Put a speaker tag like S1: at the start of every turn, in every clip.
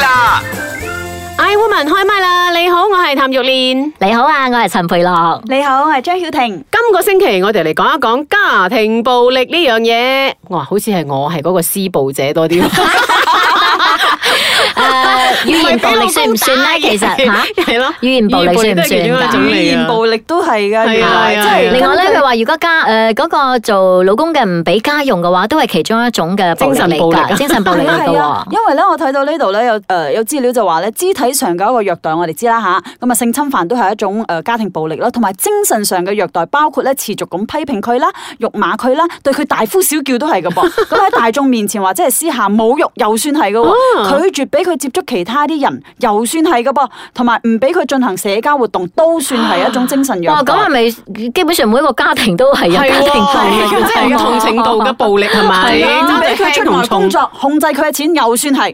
S1: 啦！
S2: I Woman 開唛啦！你好，我係譚玉蓮。
S3: 你好啊，我係陳 培樂。
S4: 你好，我係張曉婷。
S2: 今個星期我哋嚟講一講家庭暴力呢樣嘢。哇，好似係我係嗰個施暴者多 啲。
S3: 誒，語言暴力算唔算 咧？
S4: 啊
S3: 其實吓，
S2: 係咯，
S3: 語言暴力算唔啊
S2: 語言暴力都係其中一種
S3: 算㗎？
S4: 語言暴力
S2: 係
S4: 都係噶，
S2: 啊
S4: 原來
S2: 係啊係啊
S4: 即
S3: 另
S4: 係
S3: 外咧，佢話如果家誒嗰個做老公嘅唔俾家用嘅話，都係其中一種嘅暴力
S2: 精神暴
S3: 嚟
S2: 力啊
S3: 㗎，精神暴力 嚟㗎
S4: 係啊
S3: 喎，。
S4: 因為咧，我睇到呢度咧有誒有資料就話咧，肢體上嘅一個虐待我哋知啦吓，咁啊性侵犯都係一種誒家庭暴力啦，同埋精神上嘅虐待，包括咧持續咁批評佢啦、辱罵佢啦，對佢大呼小叫都係㗎 噃。咁喺大眾面前或者係私下侮辱又算係㗎
S2: 啊
S4: 喎，拒絕俾佢接觸其他啲人又算係㗎噃，同埋唔俾佢進行社交活動都算係一種精神虐
S3: 哇，
S4: 待
S3: 咁。係咪基本上每一個家庭都係有家庭 暴力？啊
S2: 即係同程度嘅暴力係啊咪？
S4: 唔俾
S2: 真
S4: 啊佢
S2: 係
S4: 出外工作，控制佢嘅錢又 算係，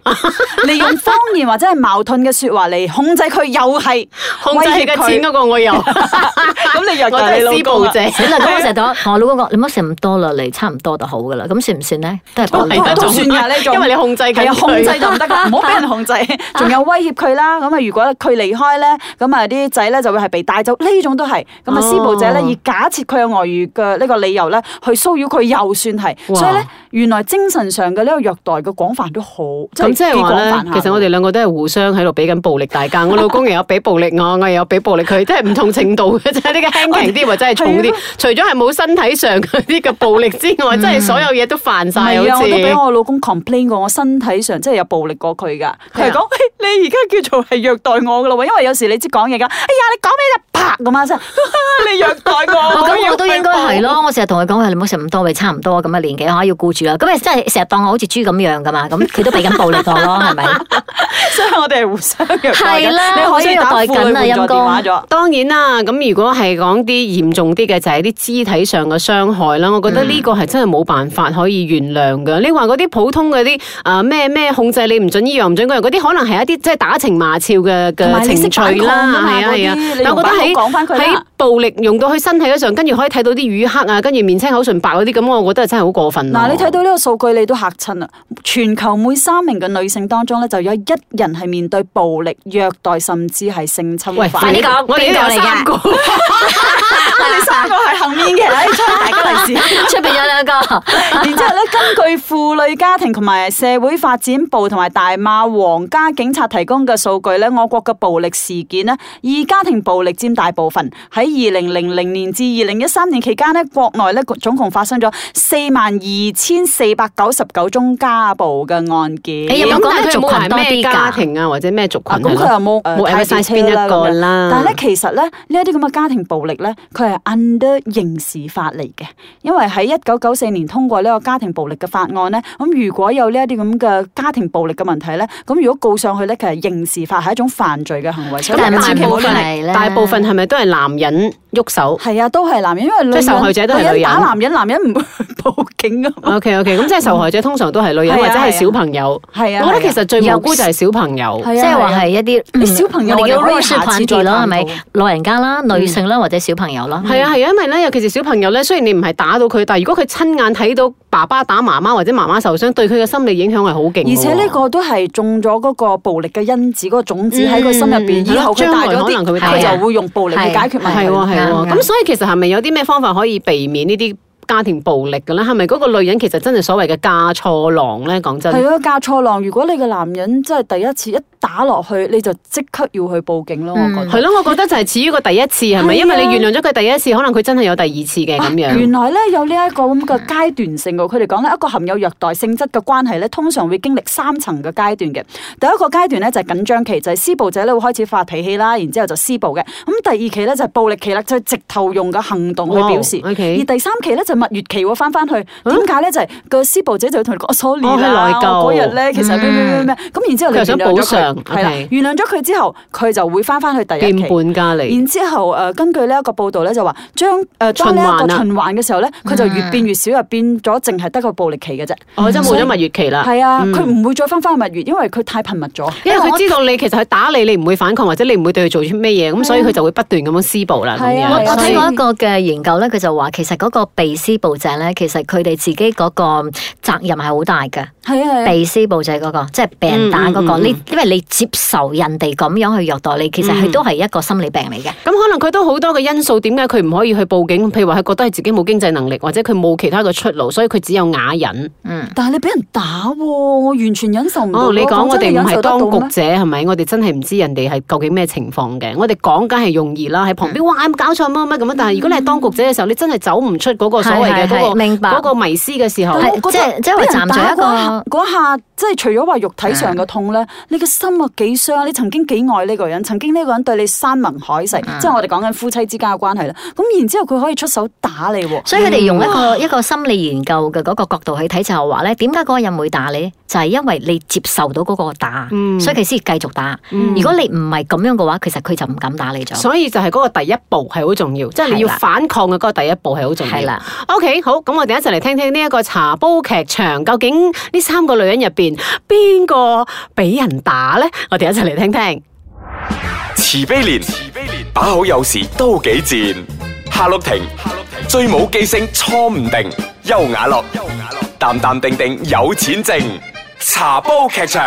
S4: 利用方言或者係矛盾嘅說話嚟控制佢又係，
S2: 控制你嘅錢嗰個我有，
S4: 咁你虐
S2: 我都
S4: 待你
S2: 係
S4: 老
S2: 施
S4: 公
S2: 暴
S4: 啊
S2: 者。
S3: 死啦！咁我成日講，我老公講你唔好食咁多啦，你差唔多就好㗎啦。咁算唔算咧？都係暴力
S2: 哦係。得
S4: 都算㗎呢 種，
S2: 因為你控制緊
S4: 係啊，
S2: 佢
S4: 控制就唔得 㗎，唔好俾人控制，仲有威脅佢啦。咁啊，如果佢離開咧，咁啊啲仔咧就會係被帶走，呢種都係。咁啊，施暴者咧
S2: 哦
S4: 以假設佢有外遇嘅呢個理由咧，去騷擾佢又算係。
S2: 哇
S4: 所以咧，原來精神上嘅呢個虐待嘅廣泛都好，
S2: 咁即
S4: 係
S2: 係
S4: 幾
S2: 話
S4: 廣
S2: 咧
S4: 泛，下
S2: 其實我哋兩個都係互相喺度俾緊暴力大家。我 老公又有俾暴力我，我又有俾暴力佢，即係唔同程度嘅，即係呢個輕強啲或者係重
S4: 係
S2: 啲
S4: 啊。嗯
S2: 除咗係冇身體上嗰啲嘅暴力之外，真係所有嘢都犯
S4: 唔
S2: 晒，
S4: 係啊，
S2: 好
S4: 我
S2: 似
S4: 都俾我老公 complain 過，我身體上真係有暴力過佢噶。佢係啊講：嘿你而家叫做係虐待我噶啦喎，因為有時你知講嘢噶，哎呀你講咩就啪咁一聲， 你虐待
S3: 哦
S4: 我，
S3: 咁我都應該係
S4: 咯。
S3: 咯，我成日同佢講話，你唔好食咁多，咪差唔多咁啊嘅年紀嚇，要顧住啦。咁你啊真係成日當我好似豬咁樣噶嘛？ 咁佢都俾緊暴力我咯，係咪？
S4: 所以我哋係互相虐待
S3: 係
S4: 嘅
S3: 啦
S4: 你可以打
S3: 我
S4: 呼
S3: 都虐待緊啊
S4: 換咗電話咗。
S2: 當然啦，咁如果係講啲嚴重啲嘅，就係啲肢體上嘅傷害啦。我覺得呢個係真係冇辦法可以原諒嘅。你話嗰啲普通嗰啲啊咩咩控制你唔准依樣唔准嗰樣，嗰啲可能係一啲即係打情罵俏嘅
S4: 同
S2: 嘅
S4: 埋你
S2: 情
S4: 識
S2: 趣
S4: 反抗㗎
S2: 啦，
S4: 嘛
S2: 係啊
S4: 嗰啲
S2: 係啊
S4: 你。
S2: 但我覺得喺
S4: 用把口講返佢啦
S2: 喺暴力用到佢身體嗰上，跟住可以睇到啲乳黑啊，跟住面青口唇白嗰啲，咁我覺得真係好過分咯。
S4: 嗱，你睇到呢個數據，你都嚇親啦！全球每三名嘅女性當中咧，就有一人係面對暴力、虐待，甚至係性侵
S2: 喂，
S4: 犯。
S3: 快啲講
S2: 我哋呢度
S3: 邊個嚟
S2: 有
S3: 㗎
S2: 三個。
S4: 我 哋三個係後面嘅，出嚟大家利是。
S3: 出邊有兩個。
S4: 然之後咧，根據婦女家庭同埋社會發展部同埋大馬皇家警察提供嘅數據咧，我國嘅暴力事件呢，以家庭暴力佔大部分。喺二零零零年至二零一三年期間呢，國內咧總共發生咗四萬二千四百九十九宗家暴嘅案件。
S3: 哎有冇
S2: 咁
S3: 講
S2: 但係佢
S3: 族
S2: 冇
S3: 群
S2: 話
S3: 多
S2: 咩
S3: 啲㗎
S2: 家庭啊，或者咩族群
S4: 啊
S2: 啊？
S4: 咁佢又冇誒
S2: 冇
S4: 太
S2: emphasize
S4: 車
S2: 邊一個
S4: 咁樣
S2: 啦
S4: 但係咧，其實咧呢一啲咁嘅家庭暴力咧，佢係 under 刑事法嚟嘅，因為喺一九九四年通過呢個家庭暴力嘅法案咧，咁如果有呢一啲咁嘅家庭暴力嘅問題咧，咁如果告上去咧，其實刑事法係一種犯罪嘅行為，所以
S3: 但係
S4: 大
S2: 咁
S4: 家
S2: 大
S4: 千祈唔
S2: 部
S4: 好
S2: 分
S4: 亂嚟
S3: 係啦
S2: 大部分係咪都係男人喐手
S4: 係啊，都係男人，因為女
S2: 即係
S4: 人
S2: 受害者都係女人
S4: 打男人，男人唔會去報警噶嘛。
S2: ？OK OK，咁即係受害者通常都係女人
S4: 係
S2: 或
S4: 啊
S2: 者係小朋友。
S4: 係啊，
S2: 我覺得其實最無辜就係小朋友。
S4: 係啊
S3: 即係話係一啲嗯
S4: 你小朋友
S3: 我哋
S4: 我
S3: 嘅
S4: 哋可以
S3: racial
S4: 下次
S3: p
S4: 再
S3: a 咯，係
S4: 探
S3: 咪
S4: 討嗯
S3: 老人家啦、女性啦或者小朋友啦？嗯
S2: 係啊係啊，因為咧，尤其是小朋友咧，雖然你唔係打到佢，但係如果佢親眼睇到爸爸打媽媽或者媽媽受傷，對佢嘅心理影響係好勁嘅喎。嗯
S4: 而且呢個都係種咗嗰個暴力嘅因子，嗰、個種子喺佢心入邊，
S2: 嗯嗯
S4: 以後佢大咗
S2: 將來可能佢
S4: 啲，
S2: 會
S3: 大
S4: 佢就會用暴力去解決問
S2: 係啊
S4: 題。
S2: 喎係
S3: 啱
S2: 喎，
S3: 啱
S2: 咁所以其實係咪有啲咩方法可以避免呢啲家庭暴力嘅咧？係咪嗰個女人其實真係所謂嘅嫁錯郎咧？講真。
S4: 係啊，嫁錯郎。如果你個男人真係第一次一打落去，你就即刻要去報警咯。我覺得。
S2: 係咯，我覺得就係始於個第一次係咪？
S4: 嗯係啊
S2: 因為你原諒咗佢第一次，可能佢真係有第二次嘅咁
S4: 啊原
S2: 樣。
S4: 來咧有呢一個咁嘅階段性喎，佢哋講咧一個含有虐待性質嘅關係咧，通常會經歷三層嘅階段嘅。第一個階段咧就係緊張期，就係、施暴者咧會開始發脾氣啦，然之後就施暴嘅。咁第二期咧就係、暴力期啦，就係、直頭用嘅行動去表示。
S2: 哇哦 OK
S4: 而第三期咧就蜜月期喎，翻翻去點解咧？就係、個施暴者就會同你講：我 sorry
S2: 哦佢內
S4: 啦，
S2: 疚
S4: 啊
S2: 嗯
S4: 我嗰日咧其實咩咩咩咩咁，然之後你
S2: 佢又想
S4: 原諒咗
S2: 補償
S4: 佢，係啦
S2: OK，
S4: 原諒咗佢之後，佢就會翻翻去第一
S2: 變
S4: 期。
S2: 本加厲，
S4: 然之後誒、呃根據呢一個報道咧，就話將誒當呢一個循環嘅時候咧，佢就越變越少，又變咗淨係得個暴力期嘅啫。
S2: 我哦真係冇咗蜜月期啦。
S4: 係啊，
S2: 嗯
S4: 佢唔會再翻返去蜜月，因為佢太頻密咗。
S2: 因為佢知道你其實佢打你，你唔會反抗，或者你唔會對佢做出咩嘢，咁所以佢就會不斷咁樣施暴啦。咁
S4: 嗯係啊
S3: 我
S2: 樣
S4: 係啊
S3: 我
S2: 所以
S3: 睇過一個嘅研究咧，佢就話其實嗰個被施施暴者咧，其實佢哋自己嗰個責任係好大嘅。
S4: 係啊，係啊
S3: 被施暴者嗰、個，即係被人打嗰、個，
S2: 嗯嗯嗯
S3: 你因為你接受人哋咁樣去虐待你，其實
S4: 嗯
S3: 佢都係一個心理病嚟嘅。
S2: 咁可能佢都好多嘅因素，點解佢唔可以去報警？譬如話佢覺得係自己冇經濟能力，或者佢冇其他嘅出路，所以佢只有啞忍。
S3: 嗯，
S4: 但係你俾人打喎，我完全忍受唔到喎。
S2: 哦，你講我哋
S4: 真係
S2: 唔
S4: 忍受
S2: 係
S4: 得到
S2: 當
S4: 咩
S2: 局者係咪？我哋真係唔知人哋係究竟咩情況嘅。我哋講梗係容易啦，喺
S4: 嗯
S2: 旁邊哇有冇搞錯乜乜咁樣。但係如果你係當局者嘅時候，你真係走唔出嗰個所謂
S3: 係
S2: 嘅
S3: 係係
S2: 嗰個
S3: 明白
S2: 嗰個迷思嘅時候
S3: 係。
S4: 啊但我覺得
S3: 即係即係我
S4: 俾人
S3: 站在
S4: 打
S3: 一個
S4: 嗰下嗰下，即係除咗話肉體上嘅痛咧，你嘅心啊幾傷。你曾經幾愛呢個人，曾經呢個人對你山盟海誓，即係我哋講緊夫妻之間嘅關係啦。咁然之後佢可以出手打你喎。
S3: 所以佢哋用一個一個心理研究嘅嗰個角度去睇，就係話咧，點解嗰個人會打你？就係、因為你接受到嗰個打，
S2: 嗯
S3: 所以佢先繼續打。
S2: 嗯
S3: 如果你唔係咁樣嘅話，其實佢就唔敢打你咗。
S2: 所以就係嗰個第一步係好重要，即係你要
S3: 係啦
S2: 反抗嘅嗰個第一步係好重要。
S3: 係啦，
S2: OK，好，咁我哋一齊嚟聽聽呢一個茶煲劇場，究竟呢三個女人入邊邊個俾人打呢？我哋一齊嚟聽聽。
S1: 慈悲蓮，慈悲蓮，把口有時都幾賤。夏綠庭，夏綠庭，最冇記性錯唔定。優雅樂，優雅樂，淡淡定定有錢剩。茶煲劇場，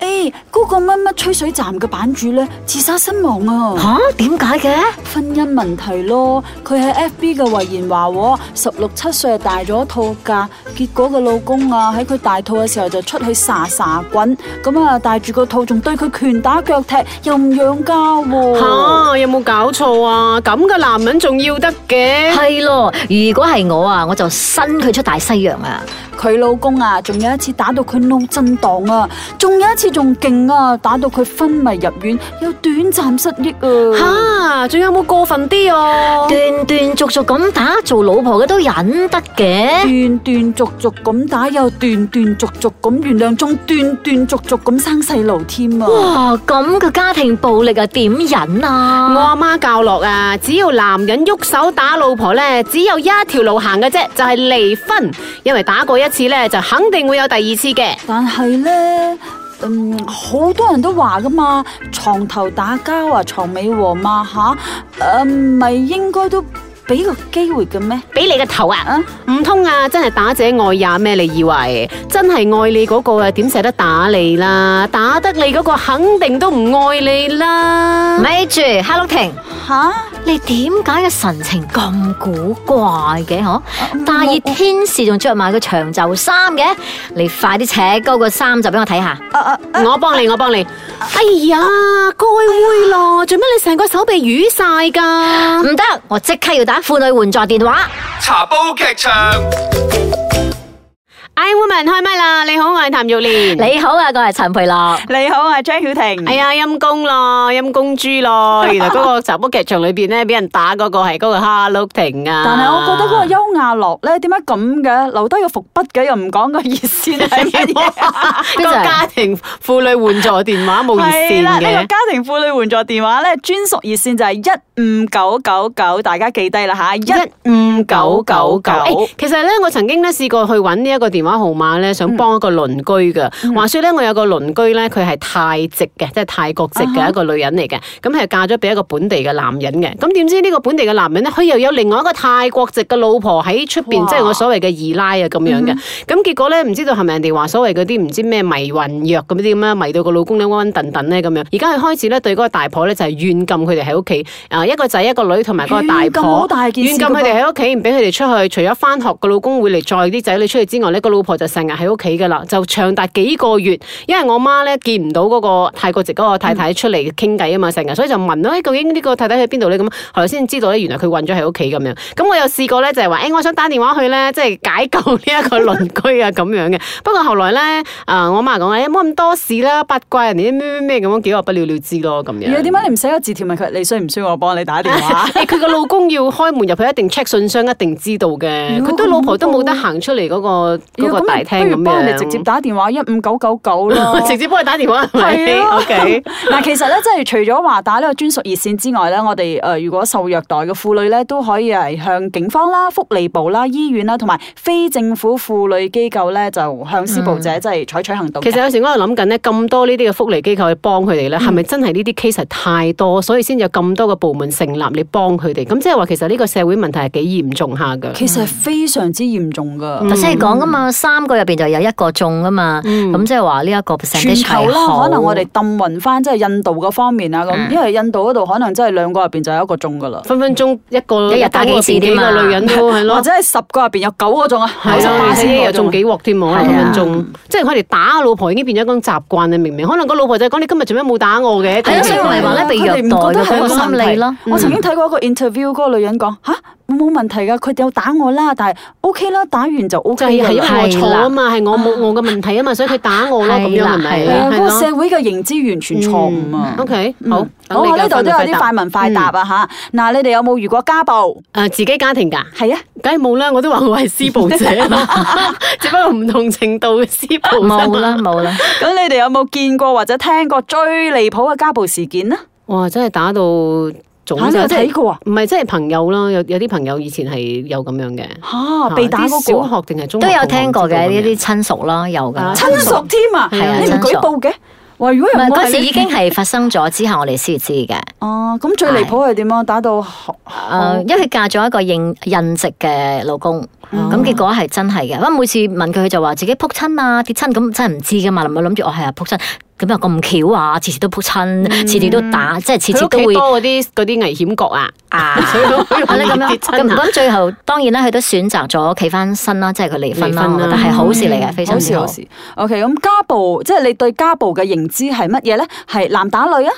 S4: 誒，嗰個乜乜吹水站嘅版主咧自殺身亡啊！
S3: 吓點解嘅？
S4: 婚姻問題咯，佢喺 FB 嘅遺言話喎，十六七歲就大咗肚㗎，結果個老公啊喺佢大肚嘅時候就出去撒撒滾，咁啊帶住個肚仲對佢拳打腳踢，又唔養家喎、
S2: 吓、有冇搞錯啊？咁嘅男人仲要得嘅？
S3: 係咯，如果係我啊，我就伸佢出大西洋啊！
S4: 佢老公啊，仲有一次打到佢腦震盪啊，仲有一次仲勁啊，打到佢昏迷入院，有短暫失憶
S2: 吓、
S4: 啊。
S2: 仲有冇過分啲啊？
S3: 斷斷續續咁打，做老婆嘅都忍得嘅。
S4: 斷斷續續咁打，又斷斷續續咁原諒，仲斷斷續續咁生細路添啊！
S3: 哇，咁嘅家庭暴力啊，點忍
S2: 我
S3: 啊？
S2: 阿媽教落啊，只要男人喐手打老婆呢，只有一條路行嘅啫，就係、離婚。因為打過一次呢，就肯定會有第二次嘅。
S4: 但係咧，嗯，好多人都話噶嘛，床頭打交啊，床尾和嘛吓，誒唔係應該都俾個機會嘅咩？
S2: 俾你個頭啊！
S4: 啊，
S2: 唔通啊，真係打者愛也咩？你以為真係愛你嗰個啊，點捨得打你啦？打得你嗰個肯定都唔愛你啦。
S3: 咪住，Hello 婷，
S4: 吓，
S3: 你點解嘅神情咁古怪嘅？
S4: 啊
S3: 嗬，大熱天時仲着埋個長袖衫嘅，你快啲扯高個衫袖俾我睇下。
S4: 啊
S2: 我幫你，我幫你。哎呀，該會咯，做咩你成個手臂瘀晒㗎？
S3: 唔得，我即刻要打婦女援助電話。
S1: 茶煲劇場。
S2: I woman 開唛啦！你好，我係譚玉
S4: 嗯
S2: 蓮。
S3: 你好啊，我係陳培樂。
S4: 你好啊，張曉婷
S2: 哎呀，陰公咯，陰公豬 咯！原來嗰個集煲劇場裏邊咧，俾人打嗰個係嗰個哈魯廷啊！
S4: 但係我覺得嗰個優雅樂咧，點解咁嘅？留低個伏筆嘅，又唔講個熱線係乜嘢？
S2: 個家 庭婦女援助電話冇熱
S4: 係
S2: 線
S4: 啦，呢、個
S2: 嘅。
S4: 家庭婦女援助電話咧，專屬熱線就係一五九九九，大家記低啦吓，一五九九
S2: 誒
S4: 九。
S2: 其實咧，我曾經咧試過去揾呢一個電話號碼咧，
S4: 嗯
S2: 想幫一個鄰居嘅。話說咧，我有個鄰居咧，佢係泰籍嘅，即係泰國籍
S4: 啊
S2: 嘅一個女人嚟嘅。咁係嫁咗俾一個本地嘅男人嘅。咁點知呢個本地嘅男人咧，佢又有另外一個泰國籍嘅老婆喺出邊，
S4: 哇嗯
S2: 即係我所謂嘅二奶啊咁樣嘅。咁結果咧，唔知道係咪人哋話所謂嗰啲唔知咩迷魂藥咁啲咁啊樣，迷到個老公咧昏昏沌沌咧咁樣。而家佢開始咧對嗰個大婆咧就係軟禁佢哋喺屋企，啊一個仔一個女同埋嗰個大
S4: 軟禁好
S2: 婆，
S4: 大件事
S2: 軟禁佢
S4: 㗎
S2: 哋
S4: 噃
S2: 喺屋企唔俾佢哋出去，除咗翻學個老公會嚟載啲仔女出去之外咧，個老婆就成日喺屋企噶啦，就長達幾個月。因為我媽咧見唔到嗰個泰國籍嗰個太太出嚟傾偈啊嘛，成日所以就問啦，哎究竟呢個太太喺邊度咧？咁後來先知道咧，原來佢暈咗喺屋企咁樣。咁我有試過咧，就係話，誒，我想打電話去咧，即係解救呢一個鄰居啊咁樣嘅。不過後來咧，啊，我媽講話，誒，冇咁多事啦，八卦人哋啲咩咩咩咁樣，結果不了了之咯咁樣。
S4: 如果點解你唔寫個字條問佢？你需唔需要我幫你打電 話？
S2: 誒佢個老公要開門入去，一定 check 信箱，一定知道嘅。
S4: 妖
S2: 佢都老婆都冇得行出嚟嗰個嗰個大廳
S4: 不
S2: 咁
S4: 如幫你
S2: 樣。
S4: 直接打電話一五九九 九啦
S2: 我。 直接幫佢打電話係咪
S4: 係啊
S2: ？OK，
S4: 嗱，其實咧，即係除咗話打呢個專屬熱線之外咧，我哋誒、呃如果受虐待嘅婦女咧，都可以係向警方啦、福利部啦、醫院啦，同埋非政府婦女機構咧，就向施暴者即係採取行動嘅。
S2: 其實有時我喺度諗緊咧，咁多呢啲嘅福利機構去幫佢哋
S4: 嗯
S2: 咧，係咪真係呢啲 case 係太多，所以先有咁多嘅部門成立你幫佢哋？咁即係話其實呢個社會問題係幾嚴重下㗎。
S4: 其實係非常之嚴重噶。
S3: 頭先你講噶嘛，三個入邊就有一個中噶嘛，咁即係話呢一個 percent
S4: 嗯全球啦，可能我哋
S3: 係
S4: 揼暈翻，即係印度嗰方面啊，
S2: 嗯
S4: 咁因為印度嗰度可能真係兩個入邊就有一個中噶啦，
S2: 分分鐘一個
S3: 一日打幾次
S2: 幾
S3: 添啊
S2: 個女人都係
S4: 或
S2: 咯
S4: 者。係十個入邊有九個中啊，
S2: 係
S4: 十
S2: 咯，
S4: 八
S2: 而且一日
S4: 先
S2: 中幾鑊添喎，可能
S3: 係
S2: 分
S3: 啊
S2: 分鐘，即係佢哋打老婆已經變咗一種習慣啦。明明可能個老婆就係講你今日做咩冇打我嘅？
S3: 係啊，所以我咪話咧，被虐待嘅嗰個心理咯。嗯
S4: 我曾經睇過一個 interview，嗰個女人講吓冇問題㗎，佢哋有打我啦，但係 OK 啦，打完就 OK
S2: 就係係因為
S4: 㗎啦。
S2: 我錯啊嘛，係我冇我嘅問題啊嘛，所以佢打我咯咁樣係咪？
S3: 係
S4: 係
S3: 啦
S4: 啊
S2: 係
S4: 嗰個
S2: 咯
S4: 社會嘅認知完全錯誤啊！
S2: O K，
S4: 嗯
S2: 好，
S4: 好，我呢度都有啲快
S2: 問
S4: 問快答啊吓，嗱，你哋有冇遇過家暴？
S2: 誒嗯自己家庭㗎，
S4: 係啊，
S2: 梗係冇啦，我都話我係施暴者 啦，只不過唔同程度嘅施暴啫嘛
S3: 冇 啦。冇啦，
S4: 咁你哋有冇見過或者聽過最離譜嘅家暴事件呢？
S2: 哇！真係打到腫
S4: 嚇你有
S2: 曬，即係
S4: 睇過啊？
S2: 唔係，即係朋友啦，有有啲朋友以前係有咁樣嘅，
S3: 啊
S4: 吓，
S2: 嚇
S4: 被打
S2: 啲
S4: 嗰個啊
S2: 小學定係中學
S3: 都有
S2: 同學
S3: 聽過嘅
S2: 知道
S3: 呢
S2: 咁樣
S3: 啲親屬啦，有噶。
S2: 啊
S3: 唔
S4: 親屬添啊，
S2: 係啊
S4: 你唔
S3: 親屬
S4: 舉報嘅？喂，如果有
S3: 係
S4: 冇
S3: 嗰時已經係發生咗之後，我哋先知嘅。
S4: 哦，咁最離譜係點啊？打到學
S2: 哦
S3: 誒，呃因為佢嫁咗一個印印籍嘅老公，
S2: 哦
S3: 咁結果係真係嘅。咁每次問佢，佢就話自己撲親啊、跌親，咁真係唔知噶嘛。咪諗住我係啊撲親，咁又咁巧啊，次次都撲親，次次都打，即係次次
S2: 嗯佢
S3: 都
S2: 屋企
S3: 會
S2: 多嗰啲嗰啲危險角啊，
S3: 啊。
S2: 所以好
S3: 係啦，咁
S2: 容易跌
S3: 樣
S2: 親
S3: 咁
S2: 啊。
S3: 咁最後當然啦，佢都選擇咗企翻身啦，即係佢離婚
S2: 離
S3: 啦，
S2: 婚
S3: 我
S2: 啦嗯
S3: 覺得係好事嚟嘅，非常
S4: 好
S3: 之
S4: 事
S3: 好
S4: 好。事。OK，咁家暴即係你對家暴嘅認知係乜嘢咧？係男打女啊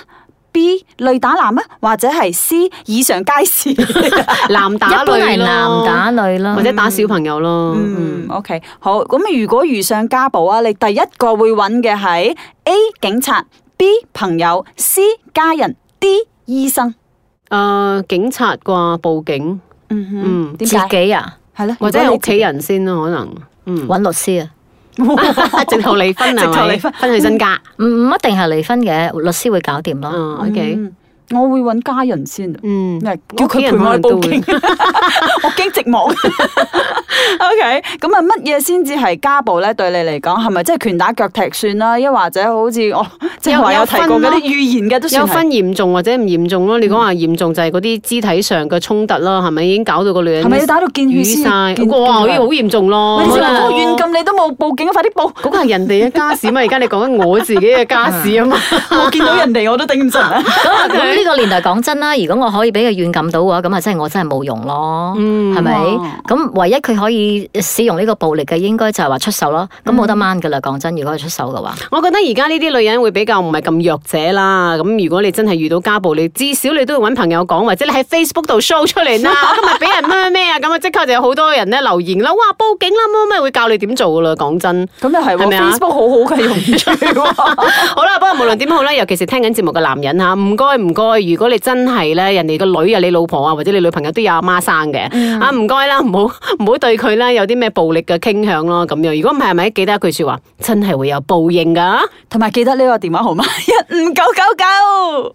S4: ？B 女打男啊，或者係 C 以上皆是。
S2: 男打
S3: 一般
S2: 女
S3: 係
S2: 咯
S3: 男打女啦
S2: 或，者打小朋友咯。
S4: 嗯，OK，好。咁如果遇上家暴啊，你第一個會揾嘅係 A 警察、B 朋友、C 家人、D 醫生。
S2: 誒，警察啩，報警，
S4: 嗯哼，
S2: 嗯，
S4: 點
S3: 自
S4: 解？
S3: 己啊，
S4: 係咧，
S2: 或者
S4: 如
S2: 係
S4: 果
S2: 屋
S4: 你自
S2: 企人先咯，可能，嗯，
S3: 揾律師啊，
S2: 直頭離婚
S4: 直頭
S2: 係咪
S4: 離婚
S2: 分去身家。
S3: 唔唔一定係離婚嘅，律師會搞掂咯。
S2: 嗯，OK，
S4: 嗯我會揾家人先啊。
S2: 嗯，
S4: 咩叫佢
S2: 屋企人
S4: 陪我
S2: 可
S4: 去
S2: 能都
S4: 報
S2: 會
S4: 警， 我驚寂寞。OK，咁啊，乜嘢先至係家暴咧？對你嚟講，係咪即係拳打腳踢算啦？抑或者好似我即係話有提過嗰啲語言嘅都算
S2: 有
S4: 係
S2: 分。嚴重或者唔嚴重咯。你講話嚴重就係嗰啲肢體上嘅衝突啦，係咪已經搞到個女人
S4: 係咪要打到見血
S2: 瘀
S4: 先？啊
S2: 晒？
S4: 見
S2: 哇，
S4: 見
S2: 呢個好嚴重咯。
S4: 喂你成
S2: 可
S4: 日
S2: 能
S4: 講軟禁，你都冇報警，快啲 報！
S2: 嗰個係人哋嘅家事嘛，而家你講緊我自己嘅家事啊嘛。
S4: 我見到人哋我都頂唔 順啦。
S3: 咁啊咁呢個年代講真啦，如果我可以俾佢軟禁到嘅話，咁啊真係我真係冇用咯，係咪
S4: 哇？
S3: 咁唯一佢可以使用呢個暴力嘅，應該就係話出手咯。咁冇得掹噶啦，講真，如果佢出手嘅話，
S2: 我覺得而家呢啲女人會比較唔係咁弱者啦。咁如果你真係遇到家暴，你至少你都要揾朋友講，或者你喺 Facebook 度 show 出嚟啦。我今日俾人咩咩咩啊，咁啊即刻就有好多人咧留言啦，哇報警啦，乜乜會教你點做噶啦。講真。
S4: 咁又係
S2: 係咪
S4: 喎
S2: 啊
S4: ，Facebook 好好嘅用處喎。
S2: 好啦，不過無論點好啦，尤其是聽緊節目嘅男人吓，啊唔該唔該，如果你真係咧，人哋個女啊，你老婆啊，或者你女朋友都有阿媽生嘅，啊唔該啦，唔好 唔好對佢啦，有啲咩暴力嘅傾向咯，咁樣。如果唔係，係咪記得一句说話，真係會有報應噶。
S4: 同埋記得呢個電話號碼一五九九九。